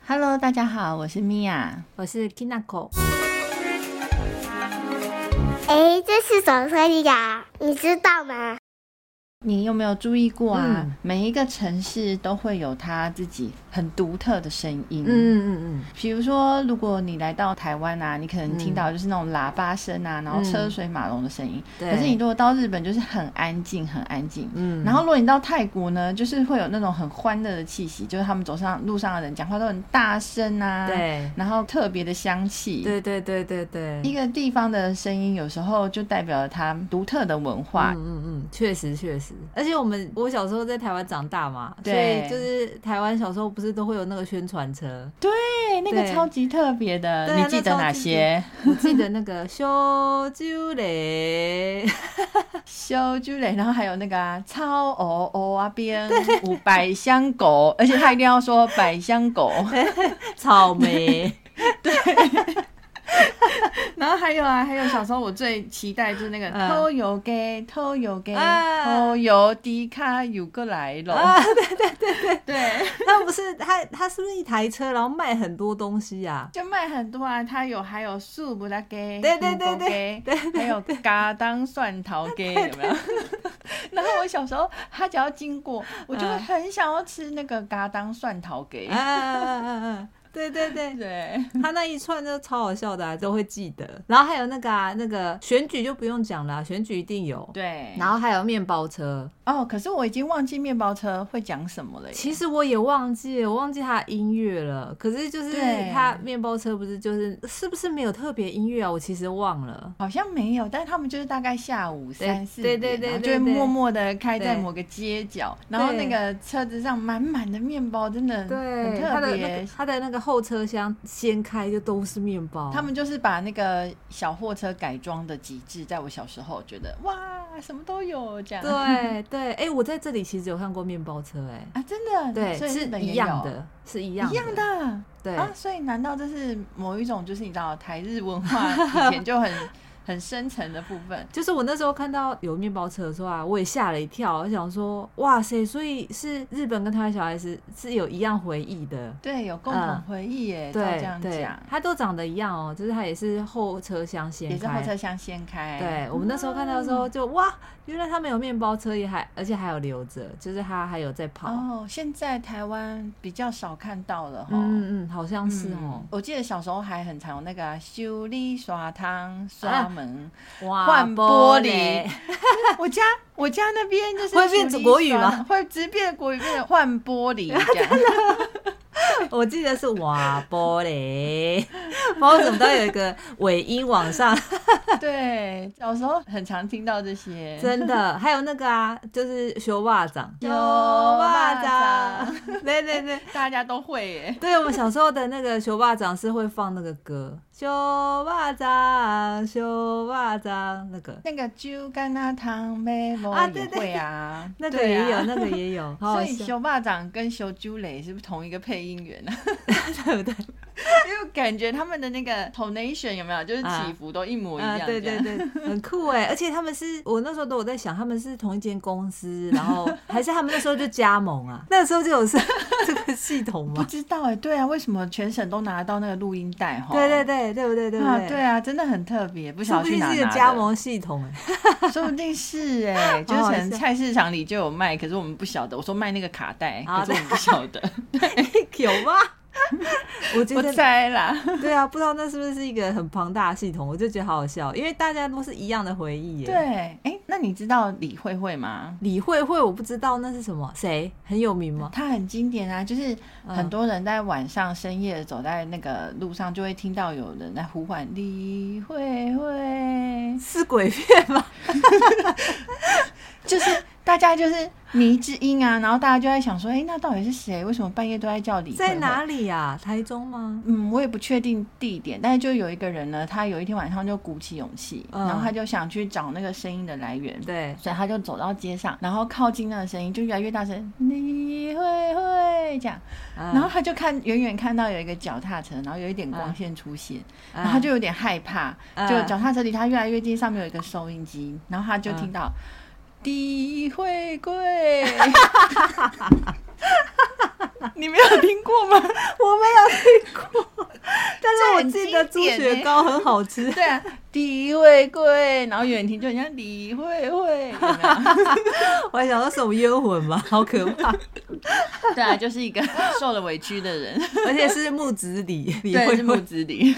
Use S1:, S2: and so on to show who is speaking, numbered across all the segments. S1: Hello，大家好，我是米娅。
S2: 我是 Kinako。
S3: 哎，这是什么呀？你知道吗？
S1: 你有没有注意过啊？
S2: 嗯
S1: 每一个城市都会有它自己很独特的声音。
S2: 嗯嗯嗯
S1: 比如说，如果你来到台湾啊，你可能听到就是那种喇叭声啊，然后车水马龙的声音。
S2: 嗯对
S1: 可是你如果到日本，就是很安静，很安静。
S2: 嗯
S1: 然后如果你到泰国呢，就是会有那种很欢乐的气息，就是他们走上路上的人讲话都很大声啊，，
S2: 对
S1: 然后特别的香气。
S2: 对对对对对，
S1: 一个地方的声音有时候就代表了它独特的文化
S2: 嗯。嗯嗯，确实确实，而且我们我小时候在台湾长大嘛，所
S1: 对
S2: 以就是台湾小时候不是都会有那个宣传车，
S1: 对，那个
S2: 对
S1: 超级特别的，
S2: 对啊
S1: 你记得
S2: 那超
S1: 哪
S2: 级
S1: 些？
S2: 我记得那 个修酒嘞，
S1: 修居蕾，然后还有那个啊，超哦哦啊 边五百香狗，而且他一定要说百香 狗，
S2: 草 莓，
S1: 然后还有啊，还有小时候我最期待就是那个
S2: 嗯
S1: 偷油给偷油给
S2: 啊
S1: 偷油迪卡有个来了，对对对对对，
S2: 那不是他他是不是一台车，然后卖很多东西啊？
S1: 就卖很多啊，它有还有素不拉给，
S2: 对对对
S1: 对对，还有嘎当蒜头给有没有？ 然后我小时候，他只要经过，我就会
S2: 嗯
S1: 很想要吃那个嘎当蒜头给
S2: 啊，啊啊啊啊对对对，
S1: 对。
S2: 他那一串就超好笑的、啊，都会记得。然后还有那个啊，那个选举就不用讲了啊、选举一定有。
S1: 对，
S2: 然后还有面包车，
S1: 哦，可是我已经忘记面包车会讲什么了耶。
S2: 其实我也忘记了，我忘记它的音乐了。可是就是
S1: 对
S2: 它面包车不是就是是不是没有特别音乐啊？我其实忘了。
S1: 好像没有，但是他们就是大概下午
S2: 对
S1: 三四
S2: 对
S1: 点，
S2: 对对
S1: 然后就
S2: 对
S1: 会
S2: 对
S1: 默默的开在
S2: 对
S1: 某个街角，然后那
S2: 对
S1: 个车子上满满的面包，真的很
S2: 对，
S1: 特
S2: 它的那
S1: 别
S2: 个。它的那个后车厢掀开就都是面包。
S1: 他们就是把那个小货车改装的极致，在我小时候觉得哇，什么都有这样。
S2: 对对，哎、我在这里其实有看过面包车、 哎，
S1: 啊，真的，
S2: 对，
S1: 所以
S2: 是
S1: 日本也
S2: 一样
S1: 有，
S2: 的，是一样
S1: 一样的
S2: 对。
S1: 啊。所以难道这是某一种，就是你知道台日文化以前就很很深层的部分？
S2: 就是我那时候看到有面包车的时候啊，我也吓了一跳，我想说，哇塞！所以是日本跟台湾小孩是是有一样回忆的，
S1: 对，有共同
S2: 嗯
S1: 回忆耶，照这
S2: 对
S1: 样
S2: 对
S1: 讲，，
S2: 它都长得一样哦，就是它也是后车厢掀开，
S1: 也是后车厢哦掀开。
S2: 对我们那时候看到的时候就、哇，原来他们有面包车，也还而且还有留着，就是它还有在跑，
S1: 哦，现在台湾比较少看到了哈。
S2: 嗯嗯，好像是哦
S1: 嗯，我记得小时候还很常有那个啊修理刷汤
S2: 啊
S1: 刷门，
S2: 哇
S1: 嗯换玻璃
S2: 嘞
S1: 我家我家那边就是
S2: 会变
S1: 修理
S2: 国语吗
S1: 刷汤？会直变国语，变成换玻璃这 样。
S2: 我记得是哇玻璃， 不知道为什么都有一个尾音 往上。
S1: 对，小时候很常听到这些。
S2: 真的，还有那个啊，就是学袜掌，
S1: 有
S2: 袜
S1: 袜掌，
S2: 对对对，
S1: 大家都会耶，
S2: 对我们小时候的那个学袜掌是会放那个歌，学袜掌，学袜掌那个，
S1: 那个酒干那汤梅罗
S2: 啊
S1: 也
S2: 对对
S1: 会啊，
S2: 那个
S1: 对
S2: 也有，
S1: 啊
S2: 那个也 有，好
S1: 所
S2: 好
S1: 以
S2: 笑，
S1: 修霸掌跟修朱蕾是不是同一个配音员啊？
S2: 对不对？
S1: 因为感觉他们的那个 tonation 有没有，就是起伏都一模一
S2: 啊
S1: 样、，
S2: 对对。对，很酷哎！而且他们是我那时候都有在想，他们是同一间公司，然后还是他们那时候就加盟啊？那时候就有这这个系统
S1: 不
S2: 嘛？
S1: 知道哎、对啊，为什么全省都拿得到那个录音带哈？
S2: 对对对，对不对？对不
S1: 啊，
S2: 对？
S1: 对啊，真的很特别，不
S2: 说
S1: 晓
S2: 不
S1: 得去
S2: 定
S1: 哪
S2: 是一
S1: 拿
S2: 个
S1: 的
S2: 加，盟 系统哎。
S1: 说不定是哎、就是
S2: 好
S1: 可
S2: 好
S1: 能
S2: 笑
S1: 菜市场里就有卖，可是我们不晓得。我说卖那个卡带，
S2: 啊
S1: 可是我们不 晓得，
S2: 有吗？ 我觉
S1: 我
S2: 得
S1: 猜啦。
S2: 对啊，不知道那是不是一个很庞大的系统，我就觉得好好笑，因为大家都是一样的回忆耶。
S1: 对，，哎、那你知道李慧慧吗？
S2: 李慧慧我不知道那是什么，谁很有名吗？
S1: 它很经典啊，就是
S2: 嗯
S1: 很多人在晚上深夜走在那个路上，就会听到有人在呼唤李慧慧，
S2: 是鬼片吗？
S1: 就是大家就是迷之音啊，然后大家就在想说，哎、那到底是谁？为什么半夜都在叫李慧慧？
S2: 在哪里啊呀、 台中吗？
S1: 嗯，我也不确定地点，但是就有一个人呢，他有一天晚上就鼓起勇气，
S2: 嗯
S1: 然后他就想去找那个声音的来源，
S2: 对，
S1: 所以他就走到街上，然后靠近那个声音就越来越大声，李慧慧这样。
S2: 嗯
S1: 然后他就看远远看到有一个脚踏车，然后有一点光线出现，然后他就有点害怕，
S2: 嗯
S1: 就脚踏车离他越来越近，上面有一个收音机，然后他
S2: 嗯
S1: 就听到 “低、慧贵”， 你没有听过吗？
S2: 我没有听 过，但是
S1: 这
S2: 我
S1: 很
S2: 记
S1: 经
S2: 得猪
S1: 典
S2: 血
S1: 欸
S2: 糕很好吃。
S1: 对啊，李慧慧，然后远听就很像李慧慧，有没有
S2: 我还想说什么冤魂吧，好可 怕！
S1: 对啊，就是一个 受了委屈的人，
S2: 而且是木子李李
S1: 对，
S2: 慧
S1: 是木
S2: 慧。
S1: 子李，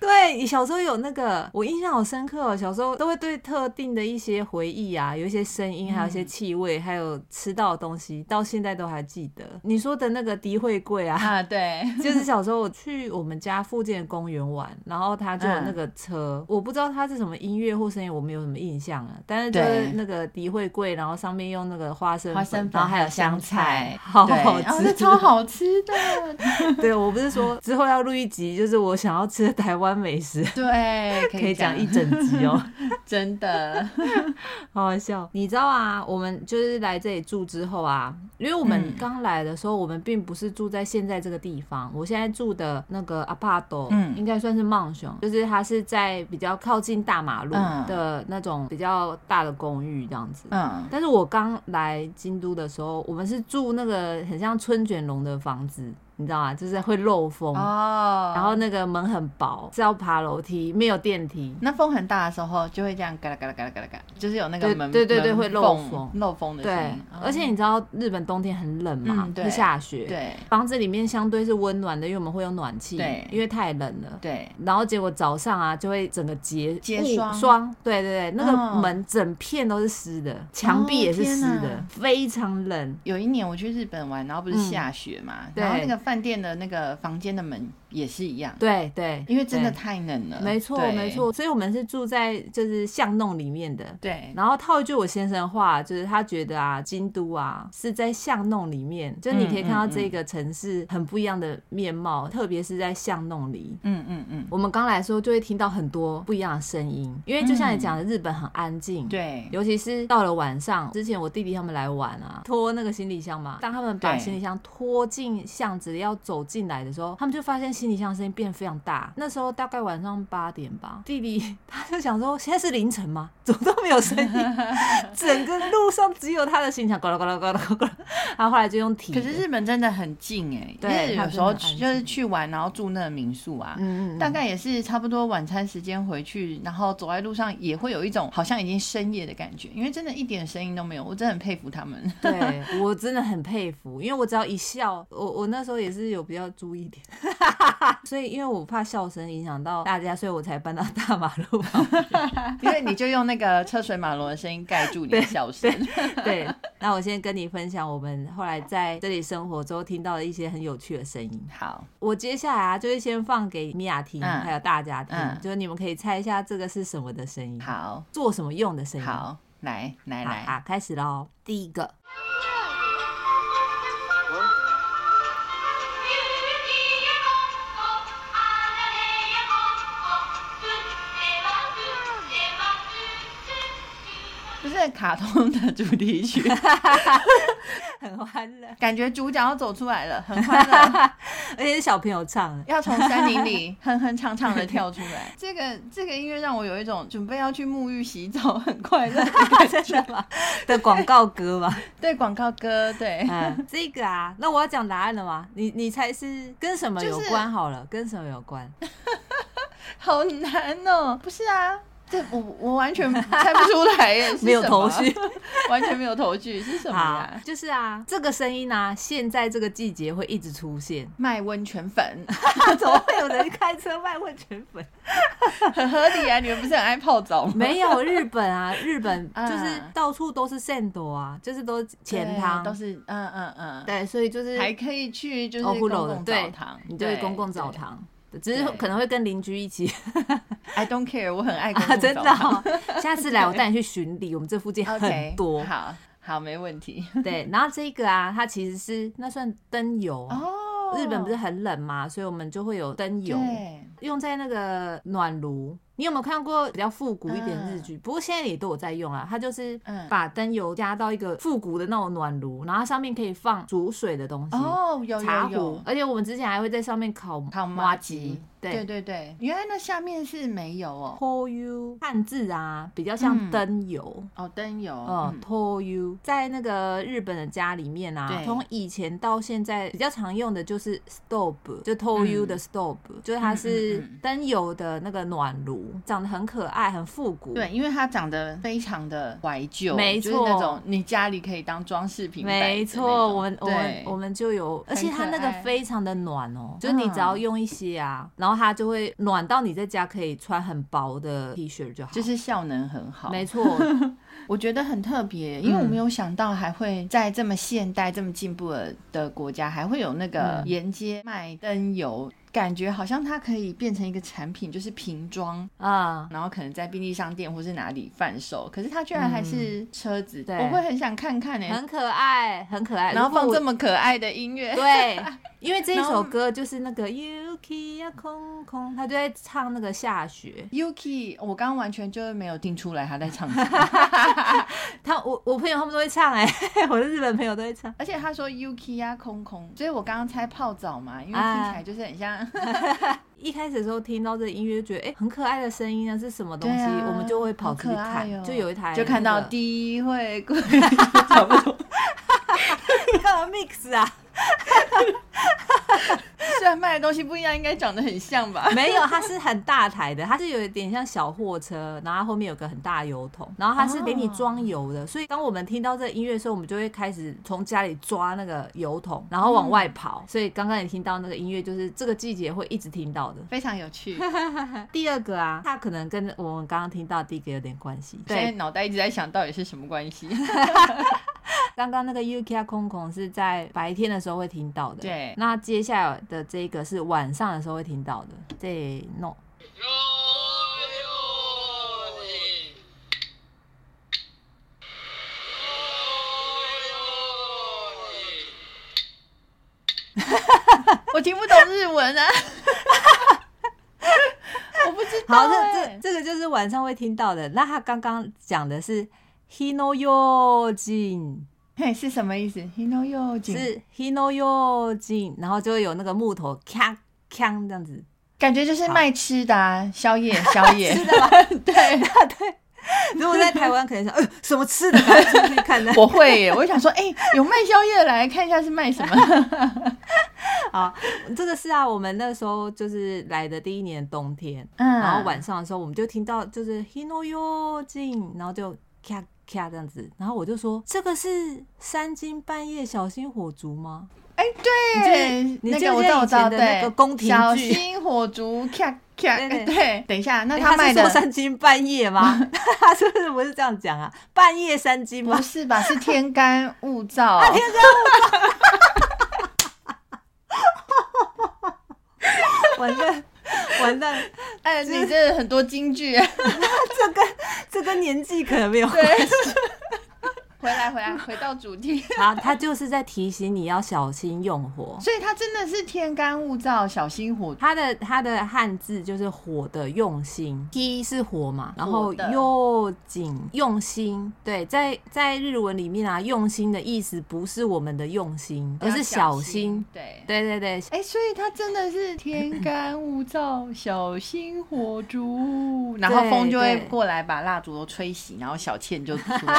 S2: 对，小时候有那个，我印象好深刻哦。小时候都会对特定的一些回忆啊，有一些声音，还有一
S1: 嗯
S2: 些气味，还有吃到的东西，到现在都还记得。你说的那个迪惠贵啊，
S1: 啊，对，
S2: 就是小时候我去我们家附近的公园玩，然后他就有
S1: 嗯
S2: 那个车，我不知道它是什么音乐或声音，我没有什么印象啊。但是就是
S1: 对
S2: 那个迪惠贵，然后上面用那个花生
S1: 花生
S2: 粉，
S1: 粉
S2: 然后还有香
S1: 菜，
S2: 好
S1: 对
S2: 好
S1: 然后
S2: 吃，
S1: 这超。好吃的，
S2: 对，我不是说之后要录一集，就是我想要吃的台湾美食，
S1: 对，可
S2: 可以
S1: 以
S2: 讲
S1: 讲
S2: 一，整集 哦。
S1: 真 的，
S2: 好好笑。你知道啊，我们就是来这里住之后啊，因为我们
S1: 嗯
S2: 刚来的时候，我们并不是住在现在这个地方。我现在住的那个 apart，
S1: 嗯
S2: 应该算是曼雄，就是它是在比较靠近大马路
S1: 嗯
S2: 的那种比较大的公寓这样子。
S1: 嗯，
S2: 但是我刚来京都的时候，我们是住那个很像春卷笼的房子，你知道吗？就是会漏风，
S1: 哦，
S2: 然后那个门很薄，是要爬楼梯，没有电梯。
S1: 那风很大的时候，就会这样嘎啦嘎啦嘎啦嘎啦嘎啦，就是有那个
S2: 对
S1: 门
S2: 对对对
S1: 门
S2: 会漏风
S1: 漏风的声
S2: 对
S1: 音，，哦嗯
S2: 而且你知道日本冬天很冷嘛，
S1: 嗯对
S2: 会下雪。，
S1: 对
S2: 房子里面相对是温暖的，因为我们会有暖气，
S1: 对
S2: 因为太冷了。
S1: 对
S2: 然后结果早上啊，就会整个结
S1: 结
S2: 雾
S1: 霜
S2: 霜，对对对，那
S1: 嗯哦
S2: 个门整片都是湿的，墙壁也是湿
S1: 天
S2: 的
S1: 哪，
S2: 非常冷。
S1: 有一年我去日本玩，然后不是下雪嘛，
S2: 嗯对
S1: 然后那个饭店的那个房间的门也是一样，
S2: 对对，
S1: 因为真的
S2: 对
S1: 太冷了。
S2: 没错
S1: 对
S2: 没错，，所以我们是住在就是巷弄里面的。
S1: 对，
S2: 然后套一句我先生的话，就是他觉得啊，京都啊是在巷弄里面，就你可以看到这个城市很不一样的面貌，特别是在巷弄里。
S1: 嗯嗯嗯，
S2: 我们刚来的时候就会听到很多不一样的声音，因为就像你讲的，日本很安静。。
S1: 对，
S2: 尤其是到了晚上，之前我弟弟他们来玩啊，拖那个行李箱嘛。当他们把
S1: 对
S2: 行李箱拖进巷子要走进来的时候，他们就发现行李箱的声音变得非常大。那时候大概晚上八点吧，弟弟 他就想说，现在是凌晨吗？怎么都没有声 音？整个路上只有他的行李箱，呱啦呱啦呱啦呱啦。他后来就用提的，
S1: 可是日本真的很近哎、
S2: 对
S1: 因为
S2: 它
S1: 有
S2: 真
S1: 时
S2: 的
S1: 候
S2: 很安
S1: 去
S2: 静
S1: 就是去玩，然后住那个民宿啊。
S2: 嗯，嗯嗯，
S1: 大概也是差不多晚餐时间回去，然后走在路上也会有一种好像已经深夜的感觉，因为真的一点声音都没有，我真的很佩服他 们。
S2: 对我真的很佩服，因为我只要一笑，我我那时候也是有比较注 意一点，所以因为我怕笑声影响到大家，所以我才搬到大马路旁。
S1: 因为你就用那个车水马龙的声音盖住你的笑声。
S2: 对， 那我先跟你分享我们后来在这里生活之后听到的一些很有趣的声音。
S1: 好，
S2: 我接下来啊，就是先放给米娅听，
S1: 嗯
S2: 还有大家听，
S1: 嗯
S2: 就是你们可以猜一下这个是什么的声音，
S1: 好，
S2: 做什么用的声音。
S1: 好，来来
S2: 好，
S1: 来，
S2: 好，开始喽。第一个，
S1: 不是卡通的主题 曲，
S2: 很欢乐，
S1: 感觉主角要走出来了，很 欢乐，
S2: 而且是小朋友唱的。
S1: 要从山林 里哼哼唱唱的跳出来。 这个这个音乐让我有一种准备要去沐浴洗澡很快 乐的感 觉。
S2: 真的吗？的广告歌吗？
S1: 对，广告歌，对，
S2: 嗯， 这个啊，那我要讲答案了吗？你你猜是跟什么有
S1: 就是
S2: 关？好了，跟什么有 关？
S1: 好难哦。不是啊，这我我完全猜不出来 耶，是
S2: 没有
S1: 什
S2: 头
S1: 么
S2: 绪，
S1: 完全没有头绪，是什么
S2: 好
S1: 呀，？。
S2: 就是啊，这个声音啊，现在这个季节会一直出现
S1: 卖温泉粉，
S2: 怎么会有人开车卖温泉粉？
S1: 很合理啊！你们不是很爱泡澡吗？
S2: 没有日本啊，日本
S1: 啊
S2: 就是到处都是圣斗啊，就是都是钱汤，
S1: 对都是嗯嗯嗯，
S2: 对，所以就是
S1: 还可以去就是
S2: 欧
S1: 公
S2: 呼楼的
S1: 共
S2: 对
S1: 澡堂，
S2: 你就是公共澡。堂，只是
S1: 对
S2: 可能会跟邻居一起。
S1: 对 I don't care，我很爱公
S2: 啊，
S1: 共
S2: 真
S1: 澡
S2: 的
S1: 堂。
S2: 哦、下次来我带你去巡礼，我们这附近
S1: OK，
S2: 很多。
S1: 好好没问题。
S2: 对，然后这个啊，它其实是那算灯油啊。
S1: 哦
S2: 日本不是很冷嘛，所以我们就会有灯油，
S1: 对
S2: 用在那个暖炉。你有没有看过比较复古一点的
S1: 嗯
S2: 日剧？不过现在也都有在用啊。它就是
S1: 嗯
S2: 把灯油加到一个复古的那种暖炉，然后它上面可以放煮水的东西，
S1: 哦，有有
S2: 茶壶
S1: 有，
S2: 而且我们之前还会在上面烤
S1: 烤
S2: 麻
S1: 麻吉，对
S2: 对
S1: 对对，原来那下面是没有哦，
S2: ，to you 汉字啊，比较像
S1: 嗯
S2: 灯油。
S1: 哦灯油，
S2: 哦
S1: 嗯，
S2: ，to you，在那个日本的家里面啊，
S1: 对
S2: 从以前到现在比较常用的就是 stove，就 to you
S1: 嗯
S2: 的 stove，、就是它
S1: 嗯
S2: 是
S1: 嗯嗯
S2: 灯油的那个暖炉，长得很可爱，很复古。
S1: 对，因为它长得非常的怀旧，
S2: 没
S1: 就是那
S2: 错
S1: 种你家里可以当装饰品摆的那种，
S2: 没错，我们我们
S1: 对
S2: 我们就有，而且它
S1: 可
S2: 那个
S1: 爱
S2: 非常的暖哦，就是你只要用一些啊，然后它就会暖到你在家可以穿很薄的 T 恤就好。
S1: 就是效能很好，
S2: 没错，
S1: 我觉得很特别，因为我
S2: 嗯
S1: 没有想到还会在这么现代、这么进步的的国家，还会有那个
S2: 嗯
S1: 沿街卖灯油，感觉好像它可以变成一个产品，就是瓶装，
S2: 啊、
S1: 然后可能在便利商店或是哪里贩售。可是它居然还是车子，
S2: 嗯对
S1: 我会很想看看呢、
S2: 很可爱，很可爱。
S1: 然后
S2: 如果
S1: 放
S2: 我
S1: 这么可爱的音 乐，
S2: 对，因为这一
S1: 然后
S2: 首歌就是那 个 Yuki 呀空空，他就在唱那个下雪。
S1: Yuki，我刚刚完全就是没有听出来他在唱什 么，
S2: 他我我朋友他们都会唱哎、 我的日本朋友都会唱。
S1: 而且他说 Yuki 呀、空空，所以我刚刚猜泡澡嘛，因为听
S2: 啊
S1: 起来就是很像。
S2: 一开始的时候听到这个音乐，就觉得哎、很可爱的声音啊，是什么东西？
S1: 对啊
S2: 我们就会跑出去
S1: 好可
S2: 看，
S1: 爱哦
S2: 就有一台
S1: 就看到
S2: 第
S1: 第一会 贵，差不多。
S2: 个 mix 啊，
S1: 虽然卖的东西不一样，应该长得很像吧？
S2: 没有，它是很大台的，它是有一点像小货车，然后它后面有个很大的油桶，然后它是给你装油的，所以当我们听到这个音乐的时候，我们就会开始从家里抓那个油桶，然后往外跑。所以刚刚也听到那个音乐，就是这个季节会一直听到的。
S1: 非常有趣，
S2: 第二个啊，它可能跟我们刚刚听到的第一个有点关系。
S1: 现在，脑袋一直在想到底是什么关系。
S2: 刚刚那个 Yuki 空空是在白天的时候会听到的，
S1: 对
S2: 那接下来的这个是晚上的时候会听到的，这 no。
S4: のようにのように
S1: 我听不懂日文啊， 我不知
S2: 好，
S1: 道、
S2: 这
S1: 欸。
S2: 这这个就是晚上会听到的。那他刚刚讲的是 hino yojin，
S1: 嘿是什么意思？Hino yo
S2: 是 hino yojin，然后就会有那个木头锵锵这样子。
S1: 感觉就是卖吃的、啊，宵 夜宵夜，对。。
S2: 如果在台湾，可能想，呃，什么吃的，赶快出去看呢
S1: 我会耶，我想说，哎、有卖宵夜的来看一下是卖什 么？
S2: 好，这个是啊，我们那时候就是来的第一年冬天，
S1: 嗯
S2: 然后晚上的时候，我们就听到就是 hino yojin，然后就咔咔这样子，然后我就说，这个是三更半夜小心火烛吗？
S1: 哎、对，
S2: 你
S1: 那
S2: 记
S1: 个
S2: 不
S1: 我
S2: 记
S1: 知
S2: 得
S1: 道，我
S2: 以
S1: 知道，
S2: 前的那
S1: 对，
S2: 个宫廷
S1: 小
S2: 剧
S1: 心火烛，咔咔，
S2: 对对
S1: 对，等一下，那
S2: 欸
S1: 他卖
S2: 是说
S1: 的
S2: 三更半夜 吗？他是不是不是这样讲啊？半夜三更吗啊
S1: 不？是吧？是天干物 燥，
S2: 完蛋，完蛋，
S1: 哎，你这很多金句，啊
S2: 这跟这跟年纪可能没有关系。
S1: 对。 回来，回来，回到主题。
S2: 啊，他就是在提醒你要小心用火。
S1: 所以它真的是天干物燥，小心火。
S2: 它的它的汉字就是火的用心，T 是火嘛，然后
S1: 火的
S2: 又紧用心，对，在在日文里面啊，用心的意思不是我们的用心，而是小心。。
S1: 对。
S2: 对对对，
S1: 哎、所以它真的是天干物燥，小心火烛，然后风就会
S2: 对
S1: 过来把蜡烛都吹熄，然后小倩就出 来。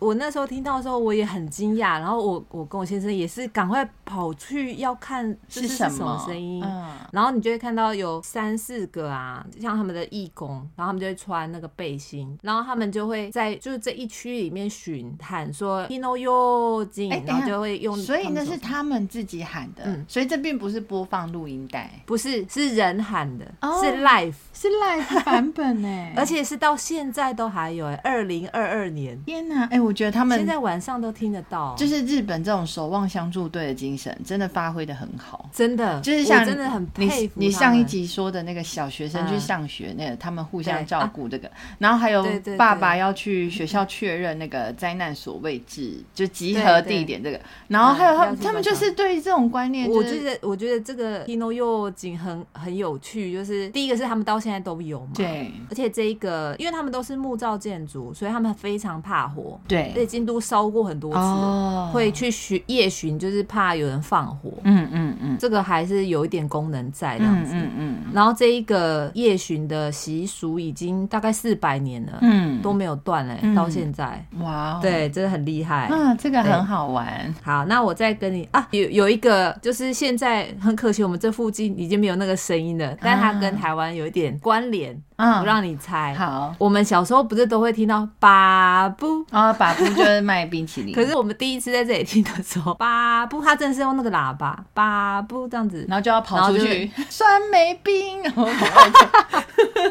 S2: 我那时候听到的时候，我也很惊讶，然后我我跟我先生也是赶快跑去要看这是
S1: 什
S2: 什么声音。
S1: 嗯，
S2: 然后你就会看到有三四个啊，像他们的义工，然后他们就会穿那个背心，然后他们就会在就是这一区里面巡喊说 “hino yo
S1: 哎
S2: jin”，
S1: 等一下
S2: 然后就会用他
S1: 所
S2: 们手。
S1: 以那是他们自己喊的，
S2: 嗯
S1: 所以这并不是播放录音带，
S2: 不是是人喊的，
S1: 哦
S2: 是 live，
S1: 是 live 版本 哎
S2: 而且是到现在都还有哎、二零二二年，
S1: 天哪，哎、我觉得他们
S2: 现在晚上都听得到，
S1: 就是日本这种守望相助队的精神，真的发挥的很好。
S2: 真的，
S1: 就是像
S2: 我真的很
S1: 你
S2: 佩服
S1: 你
S2: 他
S1: 上一
S2: 们
S1: 集说的那个小学生去
S2: 嗯
S1: 上学，那个他们互相
S2: 对
S1: 照
S2: 啊
S1: 顾这个，然后还有
S2: 对对
S1: 爸
S2: 对
S1: 爸要去学校确认那个灾难所位置，就集
S2: 对
S1: 合
S2: 对
S1: 地点这个，然后还有
S2: 嗯
S1: 他
S2: 要
S1: 们
S2: 去
S1: 他们
S2: 观
S1: 就
S2: 察
S1: 是对于这种观念，
S2: 我
S1: 就是
S2: 觉得，我觉得这个 Hino Yo 景很很有趣，就是第一个是他们到现在都有嘛，，
S1: 对
S2: 而且这一个，因为他们都是木造建筑，所以他们非常怕火，而且
S1: 对
S2: 京都烧过很多次，
S1: 哦
S2: 会去巡夜巡，就是怕有人放火。
S1: 嗯嗯嗯，嗯
S2: 这个还是有一点功能在这样
S1: 嗯
S2: 子。
S1: 嗯嗯
S2: 然后这一个夜巡的习俗已经大概四百年了，
S1: 嗯，
S2: 都没有断嘞、
S1: 嗯
S2: 到现在。
S1: 哇、哦，，
S2: 对，真的很厉害。
S1: 啊，这个很好玩，
S2: 好，那我再跟你啊，有有一个就是现在很可惜，我们这附近已经没有那个声音了，但它跟台湾有一点关联，
S1: 啊嗯，
S2: 我让你猜。
S1: 好
S2: 我们小时候不是都会听到巴布？
S1: 啊，把布就是卖冰淇淋，
S2: 可是我们第一次在这里听的时候， 巴布它真的是用那个喇叭巴布这样子，
S1: 然后就要跑出
S2: 然
S1: 去， 酸梅 冰，
S2: 哦
S1: 然后赶快走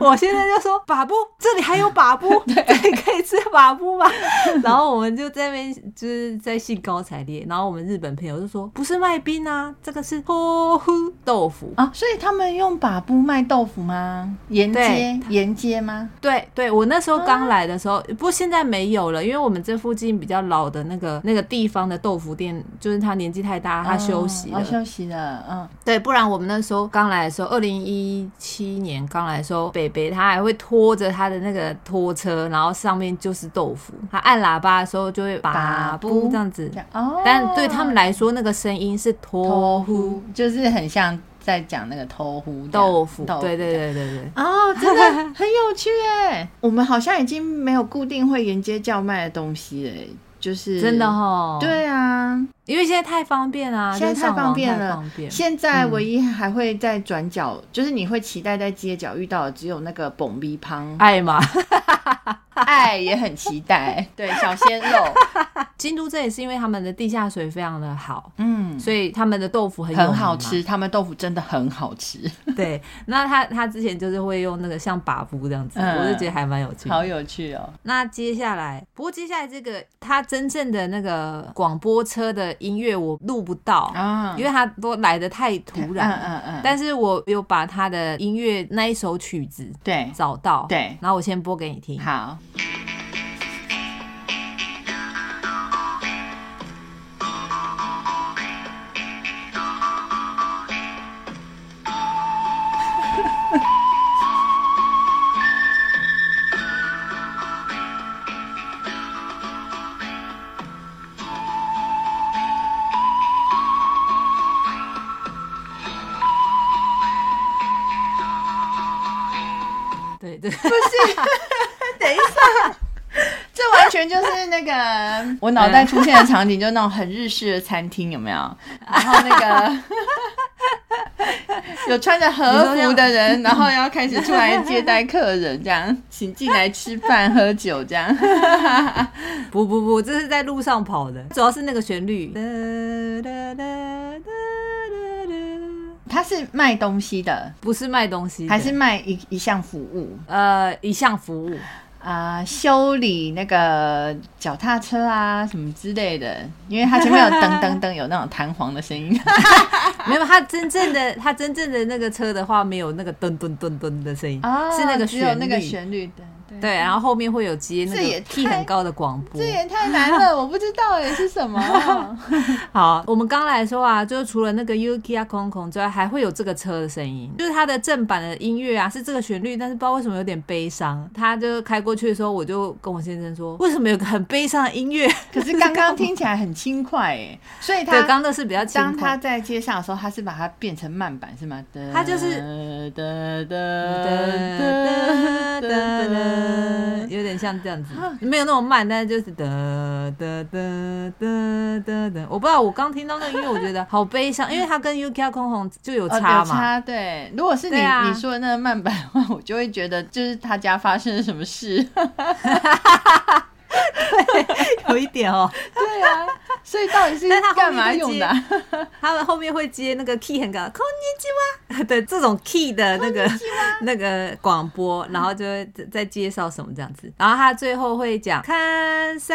S2: 我现在就说把布，这里还有把布， 这里可以吃把布吗？ 然后我们就在那边就是在兴高采烈，然后我们日本朋友就说不是卖冰啊，这个是呼呼豆腐。
S1: 啊，所以他们用把布卖豆腐吗？沿街沿街吗？
S2: 对对，我那时候刚来的时候，
S1: 啊
S2: 不过现在没有了，因为我们这附近比较老的那个那个地方的豆腐店，就是他年纪太大，他休息了。
S1: 哦，休息了，嗯，
S2: 对，不然我们那时候刚来的时候，二零一七年刚来的时候，北北他还会拖着他的那个拖车，然后上面就是豆腐，他按喇叭的时候就会
S1: 把
S2: 把
S1: 布
S2: 布这样子
S1: 这，样哦，
S2: 但对他们来说，那个声音是拖
S1: 偷
S2: 呼
S1: 呼就是很像在讲那个偷呼这样
S2: 豆腐，
S1: 豆腐
S2: 对对
S1: 这样。
S2: 对对对。
S1: 哦，真的很有趣哎！我们好像已经没有固定会沿街叫卖的东西哎，就是
S2: 真的哦，，
S1: 对啊，
S2: 因为现在太方便啦、
S1: 现在
S2: 就
S1: 太
S2: 上网
S1: 方便
S2: 太
S1: 了。
S2: 方便嗯
S1: 现在唯一还会在转角，就是你会期待在街角遇到的，只有那个蹦逼胖，
S2: 爱嘛，
S1: 爱也很期 待，对小鲜肉，
S2: 京都这也是因为他们的地下水非常的好，
S1: 嗯，
S2: 所以他们的豆腐很有
S1: 很好
S2: 名嘛
S1: 吃，他们豆腐真的很好吃，
S2: 对，那他他之前就是会用那个像把布这样子，
S1: 嗯
S2: 我就觉得还蛮有趣的。
S1: 好有趣哦。
S2: 那接下来，不过接下来这个他真正的那个广播车的音乐我录不到，
S1: 啊，
S2: 因为他都来的太突然了。
S1: 嗯嗯嗯，
S2: 但是我有把他的音乐那一首曲子
S1: 对，
S2: 找到，
S1: 对
S2: 然后我先播给你听。
S1: 好，
S2: 对对，
S1: 这完全就是那 个我脑袋出现的场景，就那种很日式的餐厅，有没有？然后那 个有穿着和服的人，然后要开始出来接待客人，这 样，请进来吃饭喝酒，这样。
S2: 不不不，这是在路上跑的，主要是那个旋律。哒哒哒哒哒哒
S1: 他是卖东西的，
S2: 不是卖东西的，
S1: 还是卖一一项服务
S2: 呃一项服务。
S1: 啊、修理那个脚踏车啊什么之类的，因为他前面有噔噔噔有那种弹簧的声 音。
S2: 没有，它真正的它真正的那个车的话，没有那个噔噔噔噔的声音，
S1: 啊，
S2: 是那个
S1: 只
S2: 旋律。
S1: 有那个旋律的，对
S2: 对，然后后面会有接那
S1: 这也
S2: 个 key
S1: 太
S2: 很高的广播
S1: 这。也太难 了，我不知道哎是什么啊、
S2: 好，我们刚来说啊，就是除了那个 Yuki 啊 Kong Kong 之外，还会有这个车的声音，就是它的正版的音乐啊，是这个旋律，但是不知道为什么有点悲伤。他就开过去的时候，我就跟我先生说，为什么有个很悲伤的音乐？
S1: 可是刚刚听起来很轻快哎，所以
S2: 对，
S1: 他
S2: 刚那是比较轻
S1: 当他
S2: 快。
S1: 在街上的时候，他是把它变成慢板是吗？
S2: 他就是
S1: 哒哒
S2: 哒
S1: 哒哒
S2: 哒哒哒
S1: 哒。
S2: 有点像这样子，没有那么慢，但是就是哒哒哒哒哒哒。我不知道，我刚听到那个音乐，我觉得好悲伤，因为它跟 UK 空红就有
S1: 哦，
S2: 差
S1: 有
S2: 嘛。
S1: 差对。如果是你、
S2: 对啊
S1: 你说的那个慢板的话，我就会觉得就是他家发生了什么 事。
S2: 有一点哦，
S1: 对啊，所以到底是
S2: 但他后面
S1: 干嘛
S2: 会接
S1: 用的啊、
S2: 他们后面会接那个 key 很高，空尼基哇 的这种 key 的那个 那个广播，然后就会再介绍什么这样子。然后他最后会讲関西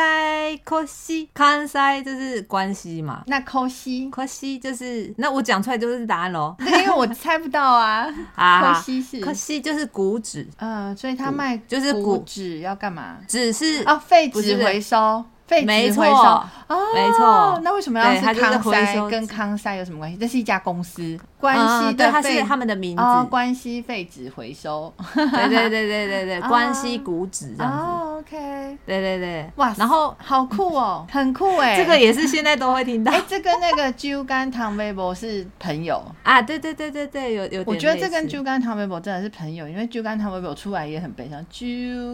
S2: コ西，関西就是关西嘛，
S1: 那抠西，
S2: 可惜就是，那我讲出来就是答案喽。
S1: 对，因为我猜不到啊。
S2: 啊
S1: 抠西是
S2: 可惜就是股指，
S1: 嗯，所以他卖
S2: 就是
S1: 骨
S2: 骨
S1: 脂要干嘛？
S2: 只是
S1: 啊，废
S2: 不
S1: 纸
S2: 是
S1: 回收，废纸
S2: 没
S1: 回收
S2: 错
S1: 哦，
S2: 没错
S1: 那为什么要
S2: 对它
S1: 是
S2: 就是
S1: 康
S2: 回
S1: 塞
S2: 收
S1: 跟康塞有什么关系？这是一家公司关
S2: 嗯
S1: 系
S2: 对，
S1: 的
S2: 它
S1: 废
S2: 是他们的名字，
S1: 哦，关系废纸回收
S2: 对 对对对对对，
S1: 啊
S2: 关系股指 这样子，
S1: 哦，OK，
S2: 对对对，
S1: 哇
S2: 然后
S1: 好酷 哦，很酷哎，
S2: 这个也是现在都会听到
S1: 哎，这跟那个猪肝糖微博是朋友，
S2: 啊，对对对对对，有有点，
S1: 我觉得这跟 猪。肝糖微博真的是朋友，因为猪肝糖微博出来也很悲伤，猪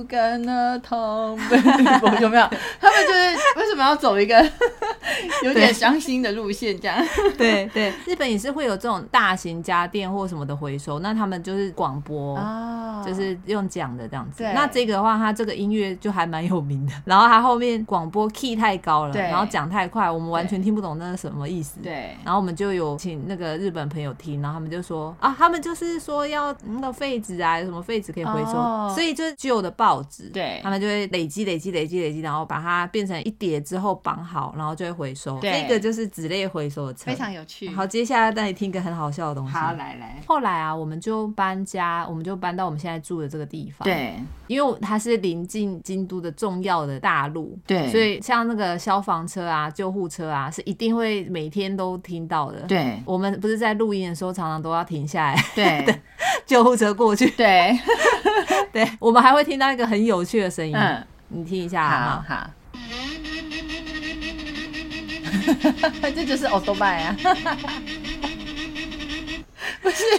S1: 肝啊糖微博有没有？他们就是为什么要走一个有点伤心的路线这样？
S2: 对对，日本也是会有这种大型家电或什么的回收，那他们就是广播。
S1: 啊
S2: 就是用讲的这样子
S1: 对，
S2: 那这个的话，它这个音乐就还蛮有名的。然后它后面广播 key 太高了，
S1: 对
S2: 然后讲太快，我们完全听不懂那是什么意思。
S1: 对
S2: 然后我们就有请那个日本朋友听，然后他们就说啊，他们就是说要那个废纸啊，有什么废纸可以回收，
S1: 哦
S2: 所以就是旧的报纸，
S1: 对
S2: 他们就会累积、累积、累积、累积，然后把它变成一叠之后绑好，然后就会回收。
S1: 对
S2: 这个就是纸类回收的层
S1: 非常有趣。
S2: 好，接下来带你听一个很好笑的东西。
S1: 好，来来，
S2: 后来啊，我们就搬家，我们就搬到我们现在住的这个地方。，
S1: 对
S2: 因为它是临近京都的重要的大路，
S1: 对
S2: 所以像那个消防车啊、救护车啊，是一定会每天都听到的。，
S1: 对
S2: 我们不是在录音的时候，常常都要停下来，
S1: 对
S2: 救护车过去。
S1: 对，
S2: 对，我们还会听到一个很有趣的声音，
S1: 嗯，
S2: 你听一下
S1: 好
S2: 啊。
S1: 好。这就是 o d o b y 啊，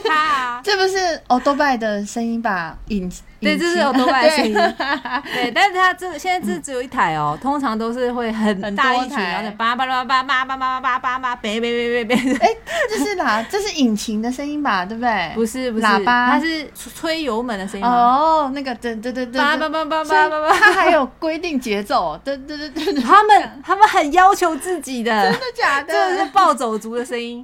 S2: 它啊，
S1: 这不是 o d o b y 的声音吧？引
S2: 对，
S1: 引
S2: 这是
S1: 擎
S2: 有多白的声音。
S1: 对
S2: 对，但是它这现在这只有一台哦，通常都是会很大一
S1: 很多
S2: 群，
S1: 台
S2: 然后就叭叭叭叭叭叭叭叭叭叭，别别别别别，
S1: 哎、这是 哪？这是引擎的声音吧？对不对？
S2: 不是不是，
S1: 喇叭
S2: 它是吹油门的声音吗？
S1: 哦，那个噔噔噔
S2: 叭
S1: 噔
S2: 叭
S1: 噔，
S2: 叭叭
S1: 所
S2: 叭叭
S1: 以
S2: 叭，
S1: 它还有规定节奏，噔噔噔噔， 真
S2: 他们他们很要求自己的，
S1: 的假
S2: 这个是
S1: 的？
S2: 暴走族的声音。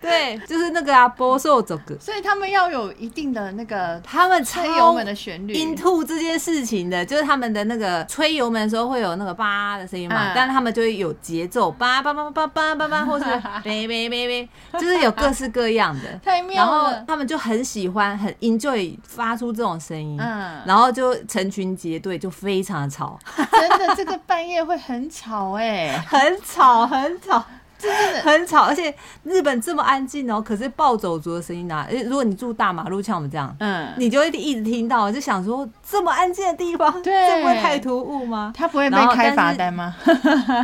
S2: 对，就是那个啊，波兽走歌，
S1: 所以他们要有一定的那个
S2: 他们超
S1: 吹油门的旋律。
S2: into 这件事情的，就是他们的那个吹油门的时候会有那个叭的声音嘛，
S1: 嗯
S2: 但他们就会有节奏，叭叭叭叭叭叭 叭，或是呗呗呗呗，就是有各式各样的。
S1: 太
S2: 然
S1: 妙
S2: 后
S1: 了！
S2: 他们就很喜欢，很 enjoy 发出这种声音，
S1: 嗯
S2: 然后就成群结队，就非常的吵，
S1: 真的，这个半夜会很吵哎、
S2: 很吵，很吵。
S1: 真的
S2: 很吵，而且日本这么安静哦，可是暴走族的声音啊，而且如果你住大马路，像我们这 样，
S1: 嗯，
S2: 你就会一直听到，就想说这么安静的地方，
S1: 对
S2: 这不会太突兀吗？
S1: 他不会被
S2: 然后
S1: 开罚
S2: 但是
S1: 单吗？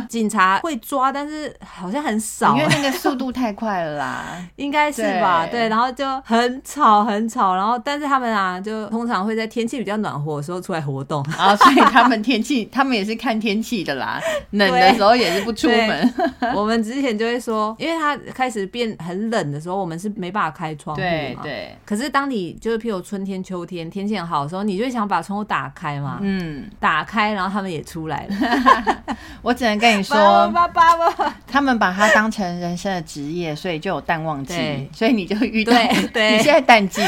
S2: 警察会抓，但是好像很少
S1: 啊因，为那个速度太快了 啦。
S2: 应该是吧？
S1: 对
S2: 对，然后就很吵很吵，然后但是他们啊，就通常会在天气比较暖和的时候出来活 动。
S1: 然啊后，所以他们天气，他们也是看天气的啦。冷的
S2: 对
S1: 时候也是不出
S2: 对
S1: 门。
S2: 我们之前就会说，因为它开始变很冷的时候，我们是没办法开窗户 的
S1: 对
S2: 嘛。
S1: 对，
S2: 可是当你就是譬如春天、秋天天气很好的时候，你就会想把窗户打开嘛。
S1: 嗯，
S2: 打开，然后他们也出 来了。
S1: 我只能跟你说，
S2: 叭叭叭叭，
S1: 他们把它当成人生的职业，所以就有淡旺季
S2: 对，
S1: 所以你就遇到
S2: 对对
S1: 你现在淡季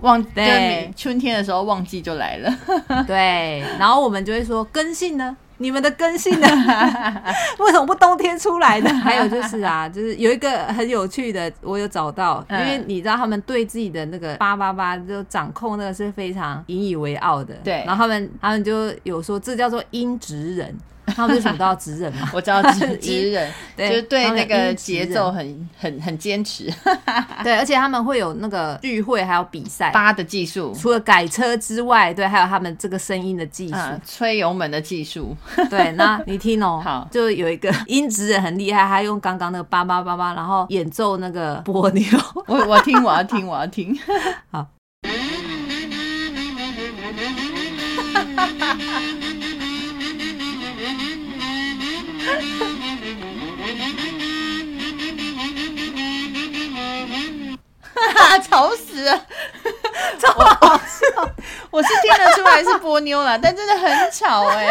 S1: 旺，
S2: 对
S1: 就是你春天的时候旺季就来了，
S2: 对，然后我们就会说根性呢？你们的根性呢？ 为什么不冬天出来呢？ 还有就是啊，就是有一个很有趣的，我有找到，因
S1: 嗯
S2: 为你知道他们对自己的那个八八八就掌控那个是非常引以为傲的，
S1: 对，
S2: 然后他们他们就有说这叫做音直人，他们就什么都要直人嘛
S1: 我知道职职人，就
S2: 对
S1: 是对
S2: 他们
S1: 那个
S2: 因职
S1: 节
S2: 人
S1: 奏很很很坚持，
S2: 对，而且他们会有那个聚会还有比赛，
S1: 八的技术，
S2: 除了改车之外，对，还有他们这个声音的技术，
S1: 嗯，吹油门的技术，
S2: 对，那你听哦，
S1: 好
S2: 就有一个音质人很厉害，他用刚刚那个叭叭叭叭，然后演奏那个波妞，
S1: 我我听我要听我要听，
S2: 好。
S1: 吵死了，超好笑！我是听得出来是波妞啦，但真的很吵 哎、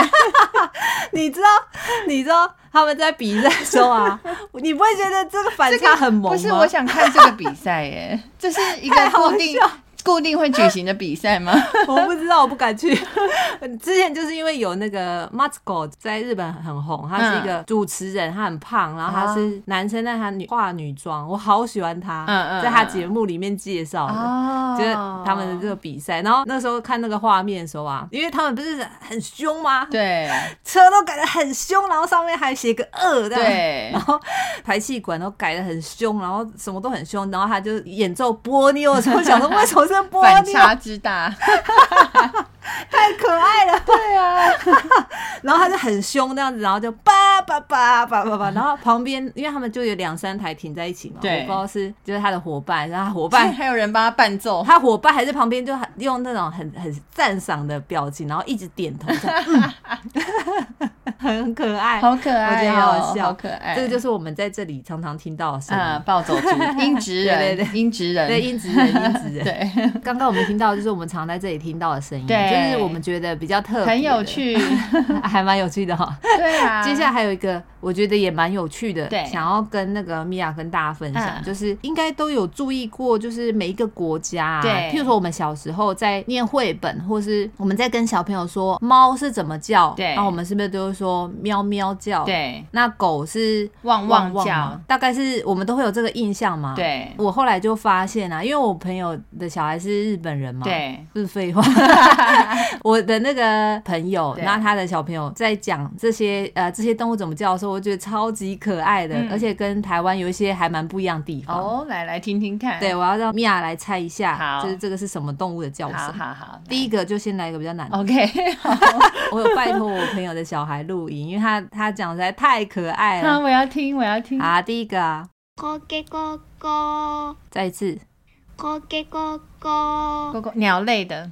S2: 你知道，你知道他们在比赛的时候啊， 你不会觉得这个反差很萌吗？
S1: 欸不是，我想看这个比赛耶，这是一个
S2: 太好
S1: 固定
S2: 笑
S1: 固定会举行的比赛吗？
S2: 我不知道，我不敢去。 之前就是因为有那个 Matsuko 在日本很红，他是一
S1: 嗯
S2: 个主持人，他很胖，然后他是男生，但他女化女装，我好喜欢他，
S1: 啊嗯嗯
S2: 在他节目里面介绍的。
S1: 哦
S2: 就是他们的这个比赛，然后那时候看那个画面的时候啊，因为他们不是很凶吗？，
S1: 对
S2: 车都改得很凶，然后上面还写个二，这样
S1: 对
S2: 然，后排气管都改得很凶，然后什么都很凶，然后他就演奏波妞的时 候，想说为什么是波
S1: 反
S2: 妞？
S1: 差之大，
S2: 太可爱了。对 啊，然后他就很凶那样子，然后就叭叭叭叭叭叭，然后旁边因为他们就有两三台停在一起嘛，我
S1: 对
S2: 不知道是就是他的伙伴，然后他伙
S1: 不然
S2: 伴。
S1: 还有人帮他伴奏，
S2: 他伙伴还在旁边，就很用那种很很赞赏的表情，然后一直点头，这样嗯很可爱，
S1: 好可爱
S2: 我觉得好好
S1: 哦，
S2: 笑
S1: 好可爱，
S2: 这个就是我们在这里常常听到的声音。
S1: 啊，暴走 族，音质
S2: 对
S1: 人，
S2: 对对
S1: 音质人，
S2: 对，音质人，音质 人。
S1: 对，
S2: 刚刚我们听到就是我们常在这里听到的声音，就
S1: 对
S2: 是我们觉得比较特别，
S1: 很有，趣，
S2: 还蛮有趣的哈。
S1: 对啊。
S2: 接下来还有一个，我觉得也蛮有趣的，
S1: 对
S2: 想要跟那个米娅跟大家分享，
S1: 嗯
S2: 就是应该都有注意过，就是每一个国家、啊，
S1: 对
S2: 譬如说我们小时候在念绘本，或是我们在跟小朋友说猫是怎么叫，
S1: 对
S2: 然后我们是不是都会说喵喵叫？，
S1: 对
S2: 那狗是
S1: 汪
S2: 汪
S1: 汪叫
S2: 嘛，大概是我们都会有这个印象嘛。，
S1: 对
S2: 我后来就发现啊，因为我朋友的小孩是日本人嘛，。
S1: 对
S2: 不是废话， 我的那个朋友，
S1: 对
S2: 然后他的小朋友在讲这些呃这些动物怎么叫的时候，我觉得超级可爱的，
S1: 嗯
S2: 而且跟台湾有一些还蛮不一样的地方。
S1: 哦，来来听听看，
S2: 对，我要让米娅来猜一下，
S1: 好
S2: 就是这个是什么动物的叫
S1: 好哦
S2: 声。
S1: 好好，
S2: 第一个就先来一个比较难的，
S1: OK，好，
S2: 我有拜托我朋友的小孩录音，因为他他讲得实在太可爱
S1: 那
S2: 了。
S1: 我要听，我要听，
S2: 啊，第一个啊，
S3: こけここ、
S2: 再一次，
S3: こけここ、
S1: 狗狗鸟类的，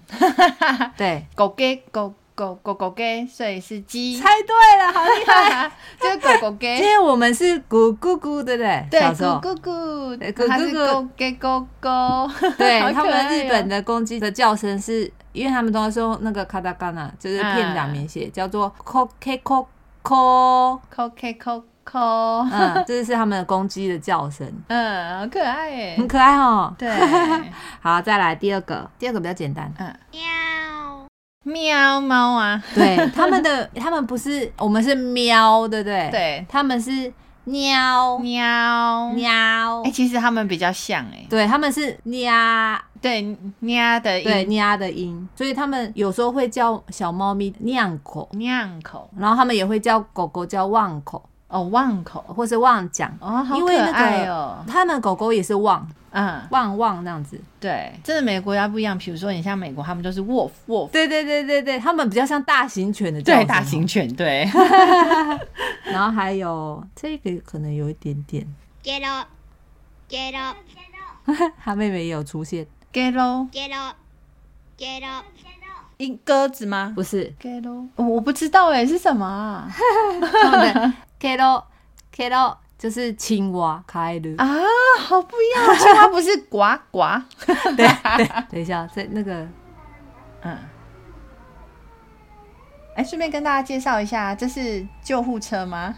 S2: 对，
S1: 狗给狗狗狗狗给，所以是鸡，
S2: 猜对了，好厉害！
S1: 就是狗狗
S2: 因
S1: 给。
S2: 为我们是咕咕咕，对不对？
S1: 哎对，
S2: 小时候
S1: 咕咕咕，
S2: 对咕咕咕
S1: 它是狗给狗狗，
S2: 对
S1: 好可爱哦
S2: 他们日本的公鸡的叫声是，因为他们都是用那个卡达干啊，就是
S1: 嗯
S2: 片假名写，叫做 ko k ko ko，
S1: 扣 K 扣扣，
S2: 嗯，这是他们的公鸡的叫声，
S1: 嗯，好可爱耶
S2: 很，可爱哦。
S1: 对，。
S2: 好，再来第二个，第二个比较简单
S1: 嗯
S3: 喵、
S1: 喵猫啊，
S2: 对，他们的他们不是我们是喵，对不对？，
S1: 对，
S2: 他们是喵
S1: 喵，
S2: 喵
S1: 哎、，其实他们比较像哎、
S2: 对，他们是nha，
S1: 对，喵的
S2: 对
S1: 音，
S2: nha的音，所以他们有时候会叫小猫咪酿口，
S1: 酿口
S2: 然后他们也会叫狗狗叫旺口。
S1: 哦，旺口
S2: 或是旺讲，
S1: 哦，好
S2: 因为
S1: 可
S2: 那
S1: 爱
S2: 个、
S1: 哦，
S2: 他们狗狗也是旺
S1: 嗯，
S2: 旺旺那样子。
S1: 对，真的每个国家不一样，比如说你像美国，他们就是 wolf wolf，
S2: 对对对对对，他们比较像大型犬的叫
S1: 对，
S2: 声
S1: 大型。犬， 对，
S2: 然后还有这个可能有一点点，
S3: ゲロ、ゲロ、
S2: 他妹妹也有出现，
S1: g 喽，
S3: ゲロ、ゲロ、
S1: 一鸽子吗
S2: 不是
S1: g 喽，哦我不知道哎、是什么 啊？
S2: 他们的 k e r o k e r o 就是青蛙开的。
S1: 啊，好不一样，而且它不是呱呱，
S2: 对对，等一下，这那个
S1: 嗯。哎，顺便跟大家介绍一下，这是救护车吗？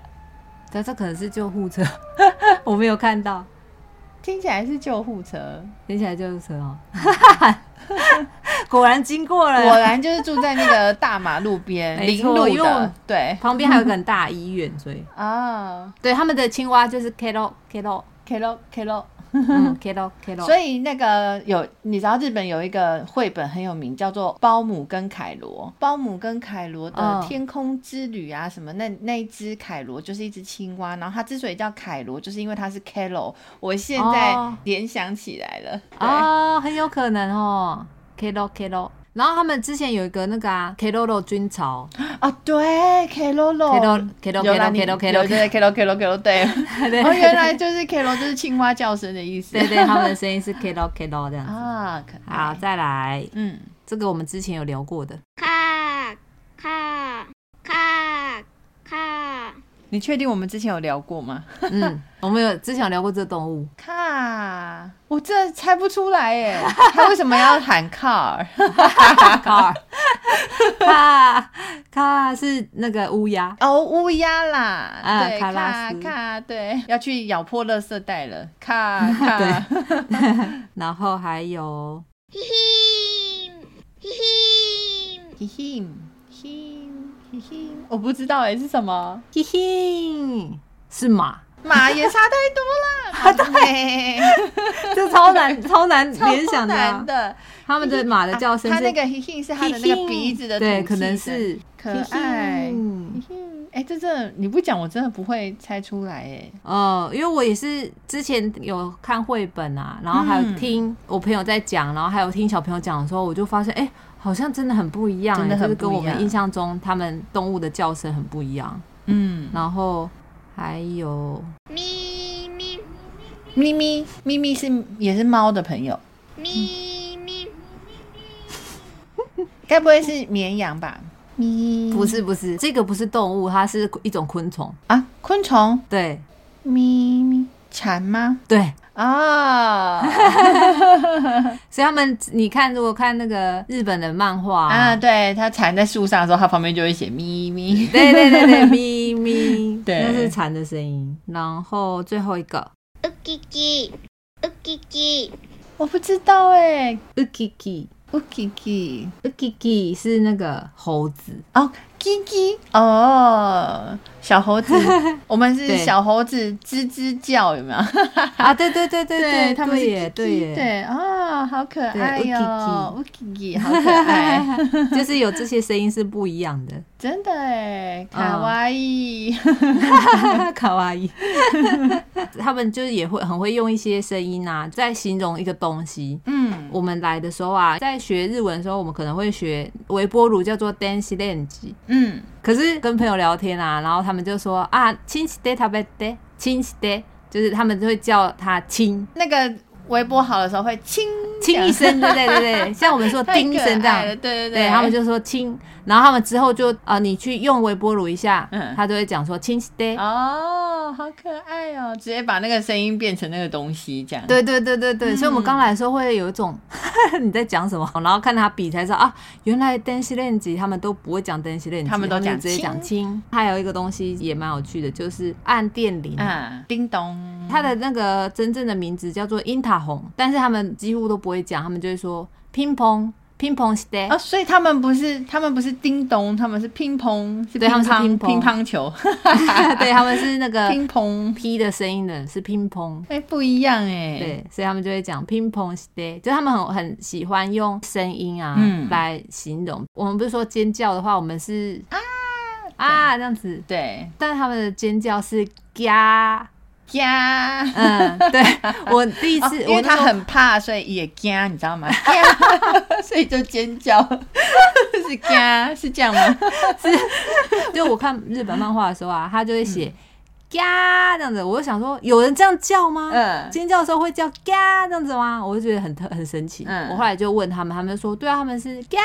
S2: 这这可能是救护车， 我没有看到，
S1: 听起来是救护车，
S2: 听起来救护车哦。 果然经过了，
S1: 果然就是住在那个大马路边
S2: 没
S1: 林
S2: 错
S1: 路
S2: 因为我
S1: 的
S2: 们，
S1: 对
S2: 旁边还有一个很大的医院，所以
S1: 啊
S2: 对，他们的青蛙就是 k e r o k e r o
S1: ，K 喽 K 喽。
S2: 嗯 k e r o k e r o
S1: 所以那个有，你知道日本有一个绘本很有名，叫做《包姆跟凯罗》。包姆跟凯罗的
S2: 嗯
S1: 《天空之旅》啊，什么那那一只凯罗就是一只青蛙，然后它之所以叫凯罗，就是因为它是 k a l o 我现在
S2: 哦
S1: 联想起来了，对，
S2: 哦，很有可能哦 k e r o k e r o 然后他们之前有一个那个啊 k e r o 军曹
S1: 啊，对 k a l o
S2: k e r o k e r o k
S1: 有
S2: e r
S1: 啦
S2: o
S1: 你
S2: k e r o k e r
S1: 有
S2: o
S1: 对 k a l o k a l o k a l o 对，
S2: 对
S1: 哦，原来 就是 k a l o 就是青蛙叫声的意思，
S2: 对对，他们的声音是 k e r o k e r o 这样子。
S1: 啊，可
S2: 好，
S1: 爱，
S2: 再来，
S1: 嗯，
S2: 这个我们之前有 聊过的，
S3: カー、カー、カー、カー、
S1: 你确定我们之前有聊过吗？
S2: 嗯，我们有之前有聊过这 动物，
S1: 卡，我这猜不出来耶， 他为什么要喊 car？
S2: 卡 尔，卡卡是那个乌鸦，
S1: 哦，乌鸦啦，
S2: 啊
S1: 对，
S2: 卡拉
S1: 卡
S2: 斯
S1: 卡，对，要去咬破垃圾袋 了，卡 卡，
S2: 然后还有
S1: 嘿嘿嘿嘿嘿，我不知道哎是什么，
S2: 嘿嘿是马，
S1: 马也差 太多了，啊对，
S2: 这超难超难
S1: 超
S2: 联想的啊
S1: 难，的，
S2: 他们的马的叫声
S1: 啊他
S2: 是
S1: 那个嘿嘿是他的那个
S2: 嘿嘿
S1: 鼻子的吐气
S2: 对，
S1: 声，
S2: 可能是
S1: 可爱
S2: 嘿嘿
S1: 哎、这真的你不讲，我真的不会猜出来哎。
S2: 哦，因为我也是之前有看绘本啊，然后还有
S1: 嗯
S2: 听我朋友在讲，然后还有听小朋友讲的时候，我就发现，哎、好像真的很不一样、
S1: 真的
S2: 诶
S1: 很
S2: 就是跟
S1: 不一
S2: 我们
S1: 样
S2: 印象中他们动物的叫声很不一样。
S1: 嗯，
S2: 然后还有
S3: 咪咪
S1: 咪咪咪咪是也是猫的朋友，
S3: 咪咪，
S1: 该不会是绵羊吧？咪
S2: 不是不是，这个不是动物，它是一种昆虫。
S1: 啊，昆虫
S2: 对
S1: 咪咪蝉吗？
S2: 对，
S1: 啊
S2: 所以他们你看，如果看那个日本的漫画
S1: 啊，，对，它蝉在树上的时候，它旁边就会写咪咪。
S2: 对对对对，咪咪，
S1: 对
S2: 那是蝉的声音。然后最后一个
S3: 乌叽叽，乌叽叽，
S1: 我不知道哎
S2: ukiki。
S1: u k i k i
S2: Ukiki 是那个猴 子，
S1: 哦，Kiki 哦，小猴 子，我们是
S2: 对
S1: 小猴子吱吱叫，有没有？
S2: 啊，对对对对
S1: 他们是
S2: 对耶
S1: Kiki，
S2: 对耶，
S1: 对啊，好可爱哦
S2: 对
S1: 哟，Ukiki 好可 爱，
S2: 就是有这些声音是不一样 的，
S1: 真的哎，卡哇伊，
S2: 卡哇伊。 他们就是也会很会用一些声音啊，在形容一个东西。
S1: 嗯，
S2: 我们来的时候啊，在学日文的时候，我们可能会学微波炉叫做 dance range，
S1: 嗯，
S2: 可是跟朋友聊天啊，然后他们就说啊，亲戚爹他贝爹，亲戚爹，就是他们就会叫他亲
S1: 那个微波好的时候会亲
S2: 亲一声，对对对对，像我们说
S1: 太
S2: 叮一
S1: 可
S2: 声这
S1: 爱
S2: 样
S1: 了，。对对
S2: 对他们就说亲，然后他们之后就呃，你去用微波炉一下，
S1: 嗯
S2: 他就会讲说亲 stay。
S1: 哦，好可爱哦，直接把那个声音变成那个东西这样，
S2: 对对对对
S1: 嗯
S2: 对，所以我们刚来的时候会有一种 你在讲什么，然后看他比才知道啊，原来 dance l a n g 他们都不会讲 dance l a n g
S1: 他们都讲
S2: 直接讲
S1: 亲
S2: 亲。还有一个东西也蛮有趣的，就是按电铃。
S1: 啊，叮咚，
S2: 它的那个真正的名字叫做樱塔红，但是他们几乎都不会讲，他们就会说乒乓乒乓 stay，
S1: 哦，所以他们不是他们不是叮咚，他们是乒乓，是
S2: 对他们是
S1: 乒乓
S2: 乒乓呃
S1: 乒乓球，
S2: 对他们是那个
S1: 乒乓，
S2: p 的声音的，是乒乓。
S1: 哎、不一样哎、
S2: 对，所以他们就会讲 ping pong stay，就他们很很喜欢用声音啊、
S1: 嗯
S2: 来形容。我们不是说尖叫的话，我们是啊啊这样子，
S1: 对
S2: 但他们的尖叫是嘎，
S1: 呀。
S2: 嗯，对我第一
S1: 哦
S2: 次，
S1: 因
S2: 我
S1: 为
S2: 那
S1: 他
S2: 时候
S1: 很怕，所以也嘎，你知 道吗？ 嘎，所以就尖叫， 是嘎，是这样吗？
S2: 就我看日本漫画的时候啊，他就会写。
S1: 嗯
S2: 嘎这样子，我就想说，有人这样叫吗？
S1: 嗯
S2: 尖叫的时候会叫嘎这样子吗？我就觉得很特很神奇。
S1: 嗯
S2: 我后来就问他们，他们就说，对啊，他们是嘎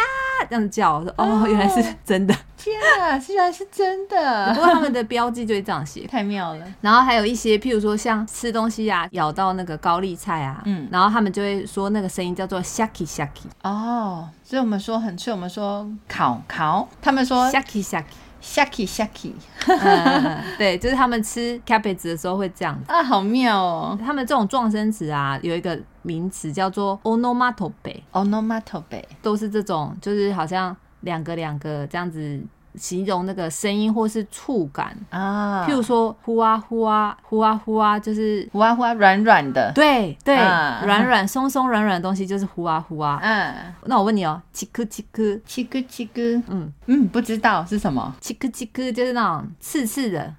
S2: 这样叫。我说，哦，原来是真的。
S1: 天啊，居然是真
S2: 不
S1: 的，
S2: 过他们的标记就是这样写。
S1: 太妙了！
S2: 然后还有一些，譬如说像吃东西啊，咬到那个高丽菜啊，
S1: 嗯
S2: 嗯，然后他们就会说那个声音叫做 shaki shaki
S1: 哦，所以我们说很脆，我们说烤烤，他们说
S2: shaki shaki，
S1: shaki shaki
S2: 嗯嗯，嗯对，就是他们吃 cabbage 的时候会这样子。
S1: 啊，好妙哦
S2: 他们这种撞声词啊，有一个名词叫做 onomatope，
S1: ，onomatope，
S2: 都是这种，就是好像两个两个这样子形容那个声音或是触感。
S1: 啊，
S2: 譬如说呼啊呼啊呼啊呼啊，就是
S1: 糊啊糊啊，软软的，
S2: 对对，
S1: 啊
S2: 软软松松软软的东西就是呼啊呼啊。
S1: 嗯，
S2: 那我问你哦，七颗七颗，
S1: 七哥七哥，
S2: 嗯
S1: 嗯，不知道是什么，
S2: 七颗七颗就是那种刺刺的，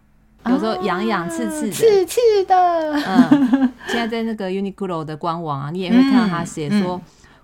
S2: 有时候痒痒刺刺
S1: 啊
S2: 的。
S1: 刺刺的，
S2: 嗯，现在在那个 Uniqlo 的官网啊，你也会看到它写说。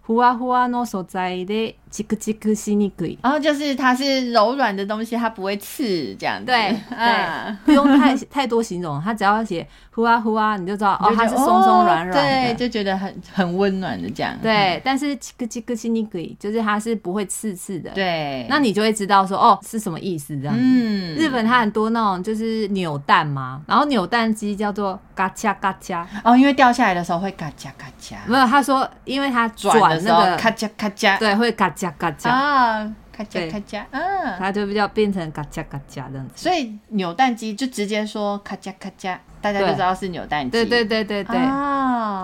S2: ふわふわの素材でチクチクしにくい。
S1: 然后就是它是柔软的东西，它不会刺这样子。
S2: 对对
S1: 啊，，
S2: 不用太太多形容，它只要写呼啊呼啊，你就知道哦，
S1: 你就觉
S2: 它
S1: 得
S2: 是松松软软
S1: 哦对，
S2: 的。
S1: 就觉得很很温暖的这样。
S2: 对，但是チクチクしにくい就是它是不会刺刺的。，
S1: 对，
S2: 那你就会知道说哦是什么意思这样子。
S1: 嗯，
S2: 日本它很多那种就是扭蛋嘛，然后扭蛋机叫做嘎恰嘎恰，
S1: 哦，因为掉下来的时候会嘎吱嘎吱，
S2: 没有他说，因为它
S1: 转
S2: 转
S1: 的时候
S2: 那
S1: 咔
S2: 个，
S1: 嚓咔嚓，
S2: 对，会嘎恰嘎恰，
S1: 啊，咔
S2: 对
S1: 嚓咔嚓，嗯。
S2: 它就比较变成嘎恰嘎恰这样子。
S1: 所以扭蛋机就直接说咔嚓咔嚓，大家就
S2: 对
S1: 知道是扭蛋机。
S2: 对对对对对，
S1: 啊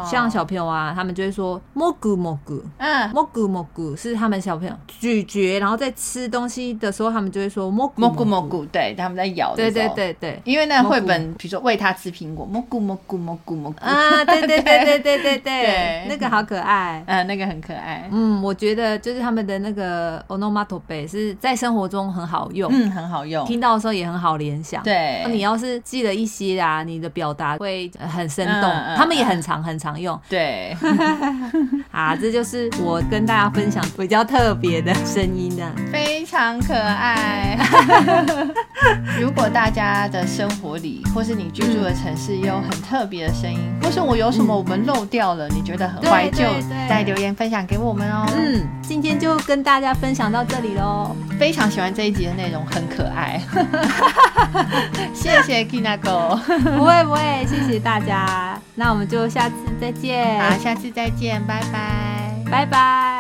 S2: 像小朋友啊，他们就会说摸咕摸咕。
S1: 嗯，
S2: 摸咕摸咕是他们小朋友咀嚼，然后在吃东西的时候，他们就会说摸咕
S1: 蘑菇
S2: 蘑
S1: 蘑。菇，对，他们在咬的
S2: 对
S1: 时候
S2: 对。对对，
S1: 因为那个绘本，比如说喂它吃苹果，蘑菇蘑菇蘑菇蘑菇，
S2: 啊，对对对对对对对
S1: 对，
S2: 那个好可爱。
S1: 嗯，那个很可爱，
S2: 嗯，我觉得就是他们的那个 onomatope 是在生活中很好用，
S1: 嗯，很好用，
S2: 听到的时候也很好联想。。
S1: 对，
S2: 你要是记了一些啊，你的表达会呃很生动，
S1: 嗯嗯
S2: 他们也很常很常用
S1: 对，
S2: 啊。这就是我跟大家分享比较特别的声音啊呢、
S1: 非常可 爱。如果大家的生活里，或是你居住的城市有很特别的声音，或是我有什么我们漏掉了，你觉得很怀旧
S2: 对对对，
S1: 再留言分享给我们哦。嗯，
S2: 嗯，今天就跟大家分享到这里喽。
S1: 非常喜欢这一集的内容，很可 爱。谢谢 Kinako，
S2: 不会不会，谢谢大家，那我们就下次再见，
S1: 好，下次再见，拜拜。
S2: 拜拜。